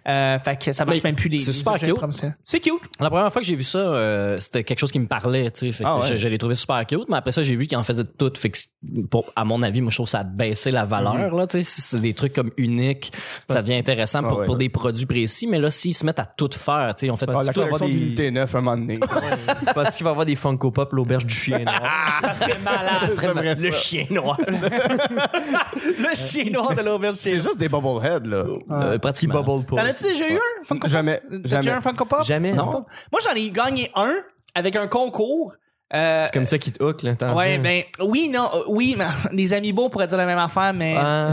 [SPEAKER 1] Euh, fait que ça marche
[SPEAKER 2] Mais
[SPEAKER 1] même plus les.
[SPEAKER 2] c'est
[SPEAKER 1] les
[SPEAKER 2] super
[SPEAKER 1] objets
[SPEAKER 2] cute.
[SPEAKER 1] promotionnels. C'est cute.
[SPEAKER 2] La première fois que j'ai vu ça, euh, c'était quelque chose qui me parlait, tu sais. Fait que
[SPEAKER 4] Ah ouais.
[SPEAKER 2] je, je l'ai trouvé super cute, mais après ça, j'ai vu qu'ils en faisaient de tout. Fait que, c'est- pour, à mon avis, moi, je trouve que ça a baissé la valeur, là, tu sais. Si C'est des trucs comme uniques. Ça devient intéressant pour,
[SPEAKER 4] Mhm. ouais.
[SPEAKER 2] pour des produits précis, mais là, s'ils se mettent à tout faire, tu sais, on fait tout
[SPEAKER 4] Ah, la
[SPEAKER 2] avoir
[SPEAKER 4] collection
[SPEAKER 2] des-
[SPEAKER 4] d'unité 9 un moment donné.
[SPEAKER 3] Parce qu'il va y avoir des Funko Pop, l'auberge du chien noir.
[SPEAKER 1] Ça serait malade.
[SPEAKER 4] J'aimerais ça.
[SPEAKER 3] chien noir.
[SPEAKER 1] le chien noir de l'auberge
[SPEAKER 4] Euh, C'est juste des bobbleheads, là.
[SPEAKER 2] euh,
[SPEAKER 3] Qui
[SPEAKER 2] pratiquement.
[SPEAKER 3] bubble
[SPEAKER 1] T'en
[SPEAKER 3] pas.
[SPEAKER 1] as-tu déjà eu un? Funko Pop?
[SPEAKER 4] Jamais,
[SPEAKER 1] T'as-tu
[SPEAKER 4] jamais.
[SPEAKER 1] un Funko Pop?
[SPEAKER 3] Jamais,
[SPEAKER 1] Funko
[SPEAKER 3] non.
[SPEAKER 1] Pop? Moi, j'en ai gagné un avec un concours. Euh,
[SPEAKER 3] C'est comme ça qu'il te hook, là. t'en
[SPEAKER 1] ouais,
[SPEAKER 3] viens.
[SPEAKER 1] ben, oui, non, euh, oui, mais les amiibo pourraient dire la même affaire, mais.
[SPEAKER 3] Ah,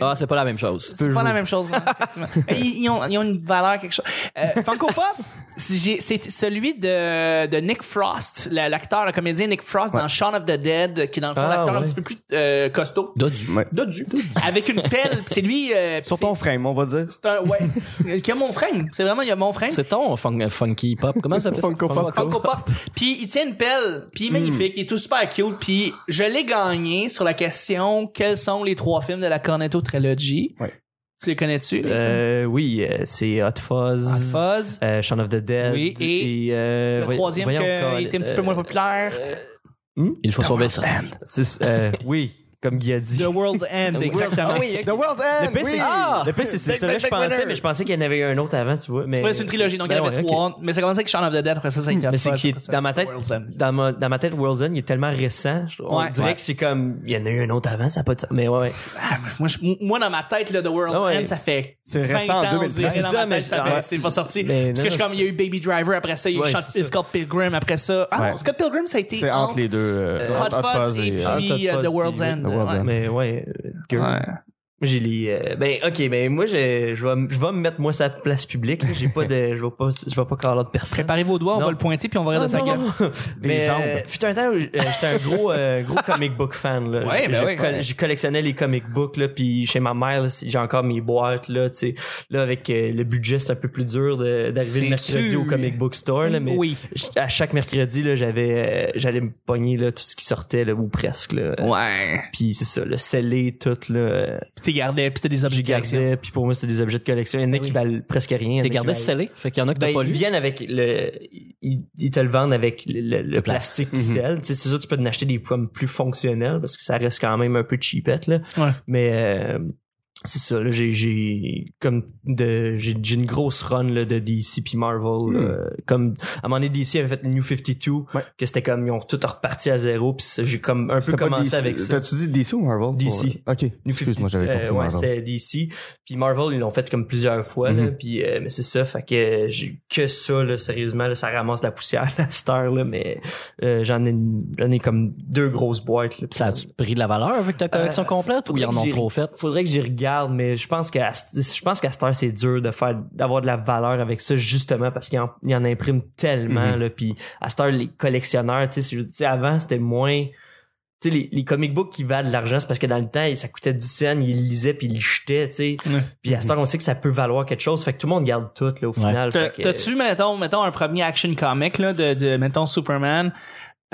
[SPEAKER 2] Ah, c'est pas la même chose.
[SPEAKER 1] C'est pas la même chose, non, effectivement. ils, ils ont, ils ont une valeur, quelque chose. Euh, Funko Pop, c'est j'ai- c'est celui de, de Nick Frost, la- l'acteur, le comédien Nick Frost dans Shaun of the Dead, qui est dans le fond
[SPEAKER 3] Ah,
[SPEAKER 1] l'acteur un
[SPEAKER 3] ouais.
[SPEAKER 1] petit peu plus euh, costaud.
[SPEAKER 2] Dodu.
[SPEAKER 4] Ouais.
[SPEAKER 1] Dodu. Avec une pelle, pis c'est lui. euh, pis
[SPEAKER 4] Sur ton frame, on va dire.
[SPEAKER 1] c'est- c'est un. Ouais. qui a mon frame. C'est vraiment, il y a mon frame.
[SPEAKER 2] C'est ton fun- funky pop. Comment ça s'appelle? ça?
[SPEAKER 4] Funko Pop.
[SPEAKER 1] Funko Pop. Puis il tient une pelle,
[SPEAKER 3] Hmm.
[SPEAKER 1] puis il est magnifique, il est tout super cute. Puis je l'ai gagné sur la question quels sont les trois films de la Cornetto Trilogy.
[SPEAKER 4] Ouais.
[SPEAKER 1] Tu les connais-tu? les films?
[SPEAKER 3] euh, oui, euh, c'est Hot Fuzz.
[SPEAKER 1] Fuzz.
[SPEAKER 3] euh, Shaun of the Dead.
[SPEAKER 1] Oui, et
[SPEAKER 3] euh,
[SPEAKER 1] Le
[SPEAKER 3] voy-
[SPEAKER 1] troisième,
[SPEAKER 3] voyons,
[SPEAKER 1] que,
[SPEAKER 3] Colin,
[SPEAKER 1] il était un petit peu
[SPEAKER 3] euh, hmm?
[SPEAKER 1] moins populaire.
[SPEAKER 2] Il faut sauver ça.
[SPEAKER 3] c'est- euh, oui, comme Guy a dit.
[SPEAKER 1] The World's End, exactement.
[SPEAKER 3] Ah oui, ok.
[SPEAKER 4] The World's End!
[SPEAKER 3] Le pire,
[SPEAKER 4] oui!
[SPEAKER 3] c'est le pire, c'est- c'est
[SPEAKER 1] ah! Big,
[SPEAKER 3] celui-là
[SPEAKER 1] big,
[SPEAKER 3] que je
[SPEAKER 1] big
[SPEAKER 3] pensais,
[SPEAKER 1] winner.
[SPEAKER 3] mais je pensais qu'il y en avait un autre avant, tu vois. Mais
[SPEAKER 1] Ouais, c'est une trilogie, donc il y en
[SPEAKER 3] Ben
[SPEAKER 1] avait
[SPEAKER 3] ouais, ok. Hmm,
[SPEAKER 1] trois. Mais ça commençait avec Shaun of the Dead, après ça, ça a été
[SPEAKER 3] Mais
[SPEAKER 1] Hot
[SPEAKER 3] c'est
[SPEAKER 1] Fuzz,
[SPEAKER 3] qui
[SPEAKER 1] après ça,
[SPEAKER 3] dans ma tête,
[SPEAKER 1] World's End.
[SPEAKER 3] dans ma, dans ma tête, World's End, il est tellement récent. je- On
[SPEAKER 1] Ouais.
[SPEAKER 3] dirait
[SPEAKER 1] Ouais.
[SPEAKER 3] que c'est comme, il y en a eu un autre avant, ça n'a pas de sens. Mais ouais, ouais.
[SPEAKER 1] Ah, Moi, je- moi, dans ma tête, là, The World's
[SPEAKER 3] Ah ouais.
[SPEAKER 1] End, ça fait.
[SPEAKER 4] C'est
[SPEAKER 1] 20
[SPEAKER 4] récent, en
[SPEAKER 1] ans,
[SPEAKER 4] 2013.
[SPEAKER 1] on dirait,
[SPEAKER 3] C'est
[SPEAKER 1] dans
[SPEAKER 3] ça,
[SPEAKER 1] ma
[SPEAKER 3] mais
[SPEAKER 1] tête, ça fait-
[SPEAKER 3] ouais.
[SPEAKER 1] c'est pas sorti.
[SPEAKER 3] Mais
[SPEAKER 1] Parce que
[SPEAKER 3] non,
[SPEAKER 1] je suis comme, il y a eu Baby Driver après ça, il y a eu
[SPEAKER 3] Ouais,
[SPEAKER 1] Shot-
[SPEAKER 3] c'est ça.
[SPEAKER 1] Scott Pilgrim après ça. Ah
[SPEAKER 4] Ouais.
[SPEAKER 1] non, Scott Pilgrim, ça a été.
[SPEAKER 4] C'est entre les deux. euh,
[SPEAKER 1] Hot,
[SPEAKER 4] Hot
[SPEAKER 1] Fuzz, et
[SPEAKER 4] euh,
[SPEAKER 3] euh,
[SPEAKER 1] puis
[SPEAKER 3] Hot
[SPEAKER 1] euh, The
[SPEAKER 3] Fuzz,
[SPEAKER 1] World's
[SPEAKER 3] puis-
[SPEAKER 1] End.
[SPEAKER 4] The World's
[SPEAKER 1] Ouais.
[SPEAKER 4] End.
[SPEAKER 3] Mais ouais. euh, girl.
[SPEAKER 1] Ouais.
[SPEAKER 3] J'ai les. euh, ben, ok, ben moi, je, je, vais, m- je vais me mettre moi sa place publique. là. J'ai pas de. Je vais pas, je vais pas call out personne.
[SPEAKER 1] Préparez vos doigts, on
[SPEAKER 3] Non.
[SPEAKER 1] va le pointer puis on va
[SPEAKER 3] Non,
[SPEAKER 1] regarder sa
[SPEAKER 3] non,
[SPEAKER 1] gueule.
[SPEAKER 3] non. Mais,
[SPEAKER 4] jambes.
[SPEAKER 3] euh, fut un temps où j- euh, j'étais un gros, euh, gros comic book fan. Là.
[SPEAKER 1] Ouais,
[SPEAKER 3] je,
[SPEAKER 1] ben
[SPEAKER 3] je
[SPEAKER 1] ouais,
[SPEAKER 3] col-
[SPEAKER 1] ouais.
[SPEAKER 3] je collectionnais les comic books, là, puis chez ma mère, là, c'est- j'ai encore mes boîtes. Là, tu sais. là avec euh, le budget, c'est un peu plus dur de- d'arriver
[SPEAKER 1] C'est
[SPEAKER 3] le mercredi
[SPEAKER 1] sûr.
[SPEAKER 3] au comic book store. Là, mais
[SPEAKER 1] Oui.
[SPEAKER 3] j- à chaque mercredi, là, j'avais, euh, j'allais me pogner là, tout ce qui sortait, là, ou presque. Là.
[SPEAKER 1] Ouais.
[SPEAKER 3] Puis c'est ça, le scellé, tout. Là, euh,
[SPEAKER 1] Puis t'es gardé, puis t'as des
[SPEAKER 3] j'ai
[SPEAKER 1] objets de collection.
[SPEAKER 3] gardé, puis pour moi, c'était des objets de collection. Il y en a qui valent presque rien. il y en a
[SPEAKER 2] T'es
[SPEAKER 3] qui
[SPEAKER 2] gardé
[SPEAKER 3] valent-
[SPEAKER 2] scellé. Fait qu'il y en a que t'as
[SPEAKER 3] ben,
[SPEAKER 2] pas
[SPEAKER 3] ils
[SPEAKER 2] lu.
[SPEAKER 3] viennent avec le. Ils, ils te le vendent avec le, le- le plastique qui scelle. Tu sais, C'est sûr, tu peux en acheter des pommes plus fonctionnelles parce que ça reste quand même un peu cheapette, là.
[SPEAKER 1] Ouais.
[SPEAKER 3] Mais. euh, c'est ça, là, j'ai, j'ai, comme de, j'ai, j'ai une grosse run, là, de DC puis Marvel, euh, comme, à un moment donné, DC avait fait New 52,
[SPEAKER 4] Ouais.
[SPEAKER 3] que c'était comme, ils ont tout reparti à zéro, puis ça, j'ai comme, un peu
[SPEAKER 4] C'était pas
[SPEAKER 3] commencé
[SPEAKER 4] DC.
[SPEAKER 3] avec ça.
[SPEAKER 4] T'as-tu dit DC ou Marvel?
[SPEAKER 3] DC.
[SPEAKER 4] Pour- euh, Ok.
[SPEAKER 3] New 52,
[SPEAKER 4] Excuse-moi, j'avais compris
[SPEAKER 3] euh, ouais,
[SPEAKER 4] Marvel. Mhm.
[SPEAKER 3] c'était DC. Puis Marvel, ils l'ont fait comme plusieurs fois, là. Puis, euh, mais c'est ça, fait que j'ai que ça, là, sérieusement, là, ça ramasse la poussière à cette heure, là, mais euh, j'en ai, une- j'en ai comme deux grosses boîtes, là. Puis
[SPEAKER 1] Euh,
[SPEAKER 2] Ça a-tu pris de la valeur avec ta collection complète ou ils en ont
[SPEAKER 3] Faudrait que j'y-
[SPEAKER 2] trop fait?
[SPEAKER 3] Faudrait que j'y regarde, regarde, mais je pense qu'à je pense qu'à cette heure, c'est dur de faire d'avoir de la valeur avec ça justement parce qu'il en, il en imprime tellement là puis à cette heure les collectionneurs, tu sais, je veux dire, avant c'était moins tu sais, les, les comic books qui valent de l'argent, c'est parce que dans le temps, ça coûtait 10 cents, ils le lisaient puis ils le jetaient, tu sais.
[SPEAKER 1] Ouais.
[SPEAKER 3] Puis à cette heure, on sait que ça peut valoir quelque chose. Fait que tout le monde garde tout, là, au final.
[SPEAKER 1] T'as-
[SPEAKER 3] Fait que-
[SPEAKER 1] T'as-tu, mettons, mettons, un premier action comic là, de, de, mettons, Superman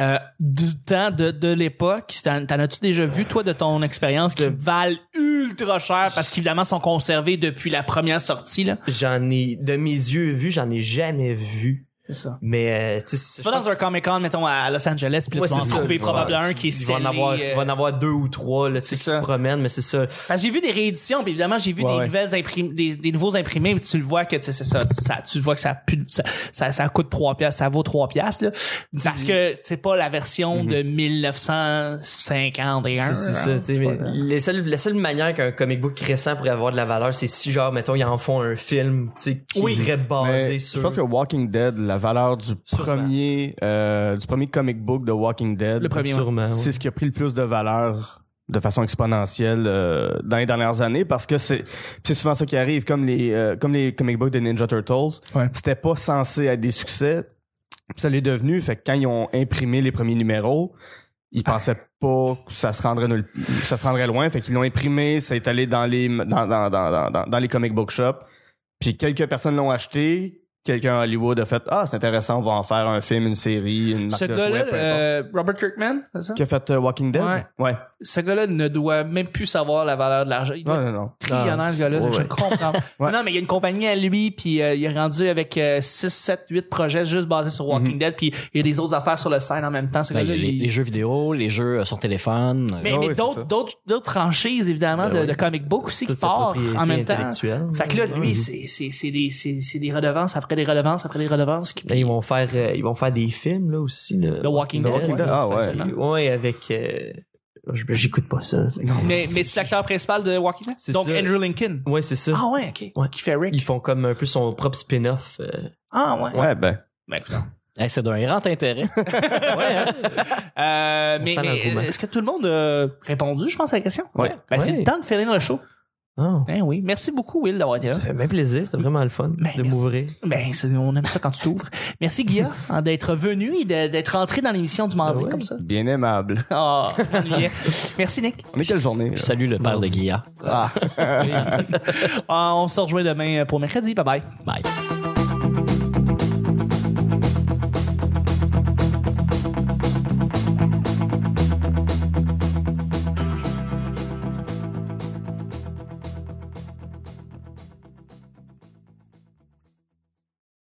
[SPEAKER 1] euh, du temps de, de l'époque? T'en t'en as-tu déjà vu, toi, de ton expérience, qui valent ultra cher parce qu'évidemment, sont conservés depuis la première sortie? là
[SPEAKER 3] J'en ai, de mes yeux vus, j'en ai jamais vu.
[SPEAKER 1] C'est ça.
[SPEAKER 3] Mais, euh, tu
[SPEAKER 1] Tu
[SPEAKER 3] sais,
[SPEAKER 1] vas
[SPEAKER 3] je pense-
[SPEAKER 1] dans un Comic-Con, mettons, à Los Angeles, puis là,
[SPEAKER 3] Ouais,
[SPEAKER 1] tu vas en
[SPEAKER 3] c'est ça.
[SPEAKER 1] trouver
[SPEAKER 3] Ouais.
[SPEAKER 1] probablement un qui est
[SPEAKER 3] Il va en
[SPEAKER 1] scellé,
[SPEAKER 3] avoir,
[SPEAKER 1] euh,
[SPEAKER 3] il va en avoir deux ou trois, là, tu sais,
[SPEAKER 1] c'est
[SPEAKER 3] qui
[SPEAKER 1] ça.
[SPEAKER 3] se promènent, mais c'est ça.
[SPEAKER 1] Parce que j'ai vu des rééditions, puis évidemment, j'ai vu
[SPEAKER 4] Ouais,
[SPEAKER 1] des,
[SPEAKER 4] ouais.
[SPEAKER 1] nouvelles imprim- des, des nouveaux imprimés, puis tu le vois que tu sais, c'est ça, ça- tu vois que ça, pue de- ça, ça, ça coûte 3 piastres, ça vaut 3 piastres, là, parce que c'est pas la version de 1951.
[SPEAKER 3] Mhm. C'est c'est ça,
[SPEAKER 1] hein,
[SPEAKER 3] tu sais,
[SPEAKER 1] je
[SPEAKER 3] mais
[SPEAKER 1] sais pas.
[SPEAKER 3] les seules- la seule manière qu'un comic book récent pourrait avoir de la valeur, c'est si, genre, mettons, ils en font un film, tu sais, qui
[SPEAKER 1] Oui.
[SPEAKER 3] est très basé
[SPEAKER 4] Mais
[SPEAKER 3] sur...
[SPEAKER 4] Je pense que Walking Dead, la valeur du premier, euh, du premier comic book de Walking Dead,
[SPEAKER 1] Le premier, ouais.
[SPEAKER 3] Sûrement, ouais.
[SPEAKER 4] c'est ce qui a pris le plus de valeur de façon exponentielle euh, dans les dernières années parce que c'est c'est souvent ça qui arrive comme les euh, comme les comic books de Ninja Turtles
[SPEAKER 1] Ouais.
[SPEAKER 4] c'était pas censé être des succès Puis ça l'est devenu fait que quand ils ont imprimé les premiers numéros ils pensaient pas que ça se rendrait nulle- ça se rendrait loin fait qu'ils l'ont imprimé ça est allé dans les dans dans, dans, dans, dans- dans les comic book shops puis quelques personnes l'ont acheté quelqu'un à Hollywood a fait ah c'est intéressant on va en faire un film une série une marque
[SPEAKER 1] Ce
[SPEAKER 4] de
[SPEAKER 1] gars-là,
[SPEAKER 4] jouets, peu importe.
[SPEAKER 1] euh, Robert Kirkman, c'est ça?
[SPEAKER 4] qui a fait euh, Walking Dead
[SPEAKER 1] Ouais.
[SPEAKER 4] ouais.
[SPEAKER 1] Ce gars-là ne doit même plus savoir la valeur de l'argent. Il doit
[SPEAKER 4] Non, non, non.
[SPEAKER 1] trillionnaire, ce gars-là.
[SPEAKER 3] Ah,
[SPEAKER 4] Ouais,
[SPEAKER 1] Je
[SPEAKER 4] ouais.
[SPEAKER 1] comprends.
[SPEAKER 4] Ouais.
[SPEAKER 1] Non, mais il y a une compagnie à lui, puis euh, il est rendu avec 6, 7, 8 projets juste basés sur
[SPEAKER 3] Mhm.
[SPEAKER 1] Walking Dead, puis il y a des autres affaires sur le scène en même temps. Ce
[SPEAKER 2] Ben, il y
[SPEAKER 1] gars-là,
[SPEAKER 2] a les,
[SPEAKER 1] il-
[SPEAKER 2] les jeux vidéo, les jeux euh, sur téléphone.
[SPEAKER 1] Mais, mais
[SPEAKER 4] Ah oui, c'est
[SPEAKER 1] d'autres,
[SPEAKER 4] ça.
[SPEAKER 1] d'autres, d'autres franchises, évidemment, de,
[SPEAKER 3] Ben oui.
[SPEAKER 1] de comic book aussi qui
[SPEAKER 3] Toute sa
[SPEAKER 1] part
[SPEAKER 3] propriété
[SPEAKER 1] en même temps.
[SPEAKER 3] intellectuelle.
[SPEAKER 1] Fait que là, lui, c'est, c'est, c'est, des, c'est, c'est des redevances après des redevances après des redevances. qui-
[SPEAKER 3] Là, ils vont faire, euh, ils vont faire des films là aussi. Là.
[SPEAKER 1] The Walking Dead.
[SPEAKER 4] Walking Dead, ah ouais.
[SPEAKER 1] Absolument.
[SPEAKER 3] Ouais, avec. euh, je- J'écoute pas ça. fait que-
[SPEAKER 1] Mais, mais c'est l'acteur principal de Walking Dead?
[SPEAKER 3] C'est
[SPEAKER 1] Donc
[SPEAKER 3] ça.
[SPEAKER 1] Andrew Lincoln.
[SPEAKER 3] Ouais, c'est ça.
[SPEAKER 1] Ah ouais, ok.
[SPEAKER 3] Ouais.
[SPEAKER 1] Qui fait Rick.
[SPEAKER 3] Ils font comme un peu son propre spin-off. euh.
[SPEAKER 1] Ah ouais.
[SPEAKER 4] Ouais, ben.
[SPEAKER 1] Ben, écoute, non.
[SPEAKER 2] Hey, c'est d'un grand intérêt.
[SPEAKER 1] hein. Euh, mais
[SPEAKER 3] sent
[SPEAKER 1] mais,
[SPEAKER 3] l'engouement.
[SPEAKER 1] est-ce que tout le monde a répondu, je pense, à la question?
[SPEAKER 4] Ouais.
[SPEAKER 1] Ben, c'est
[SPEAKER 3] Ouais.
[SPEAKER 1] le temps de finir le show.
[SPEAKER 3] Oh,
[SPEAKER 1] Ben oui. Merci beaucoup, Will, d'avoir été là.
[SPEAKER 3] ça fait bien plaisir. C'était vraiment le fun
[SPEAKER 1] Ben,
[SPEAKER 3] de
[SPEAKER 1] merci.
[SPEAKER 3] m'ouvrir.
[SPEAKER 1] Ben, c'est- on aime ça quand tu t'ouvres. Merci, Guilla, hein, d'être venu et de- d'être entré dans l'émission du mardi
[SPEAKER 3] ouais.
[SPEAKER 1] comme ça.
[SPEAKER 4] Bien aimable.
[SPEAKER 1] Oh, m'ennuyais. Merci, Nick.
[SPEAKER 4] On est quelle journée? là?
[SPEAKER 2] Je salue le père de
[SPEAKER 3] Mardi.
[SPEAKER 2] Guilla.
[SPEAKER 4] Ah.
[SPEAKER 1] Ah, on se rejoint demain pour euh, mercredi. Bye bye.
[SPEAKER 2] Bye.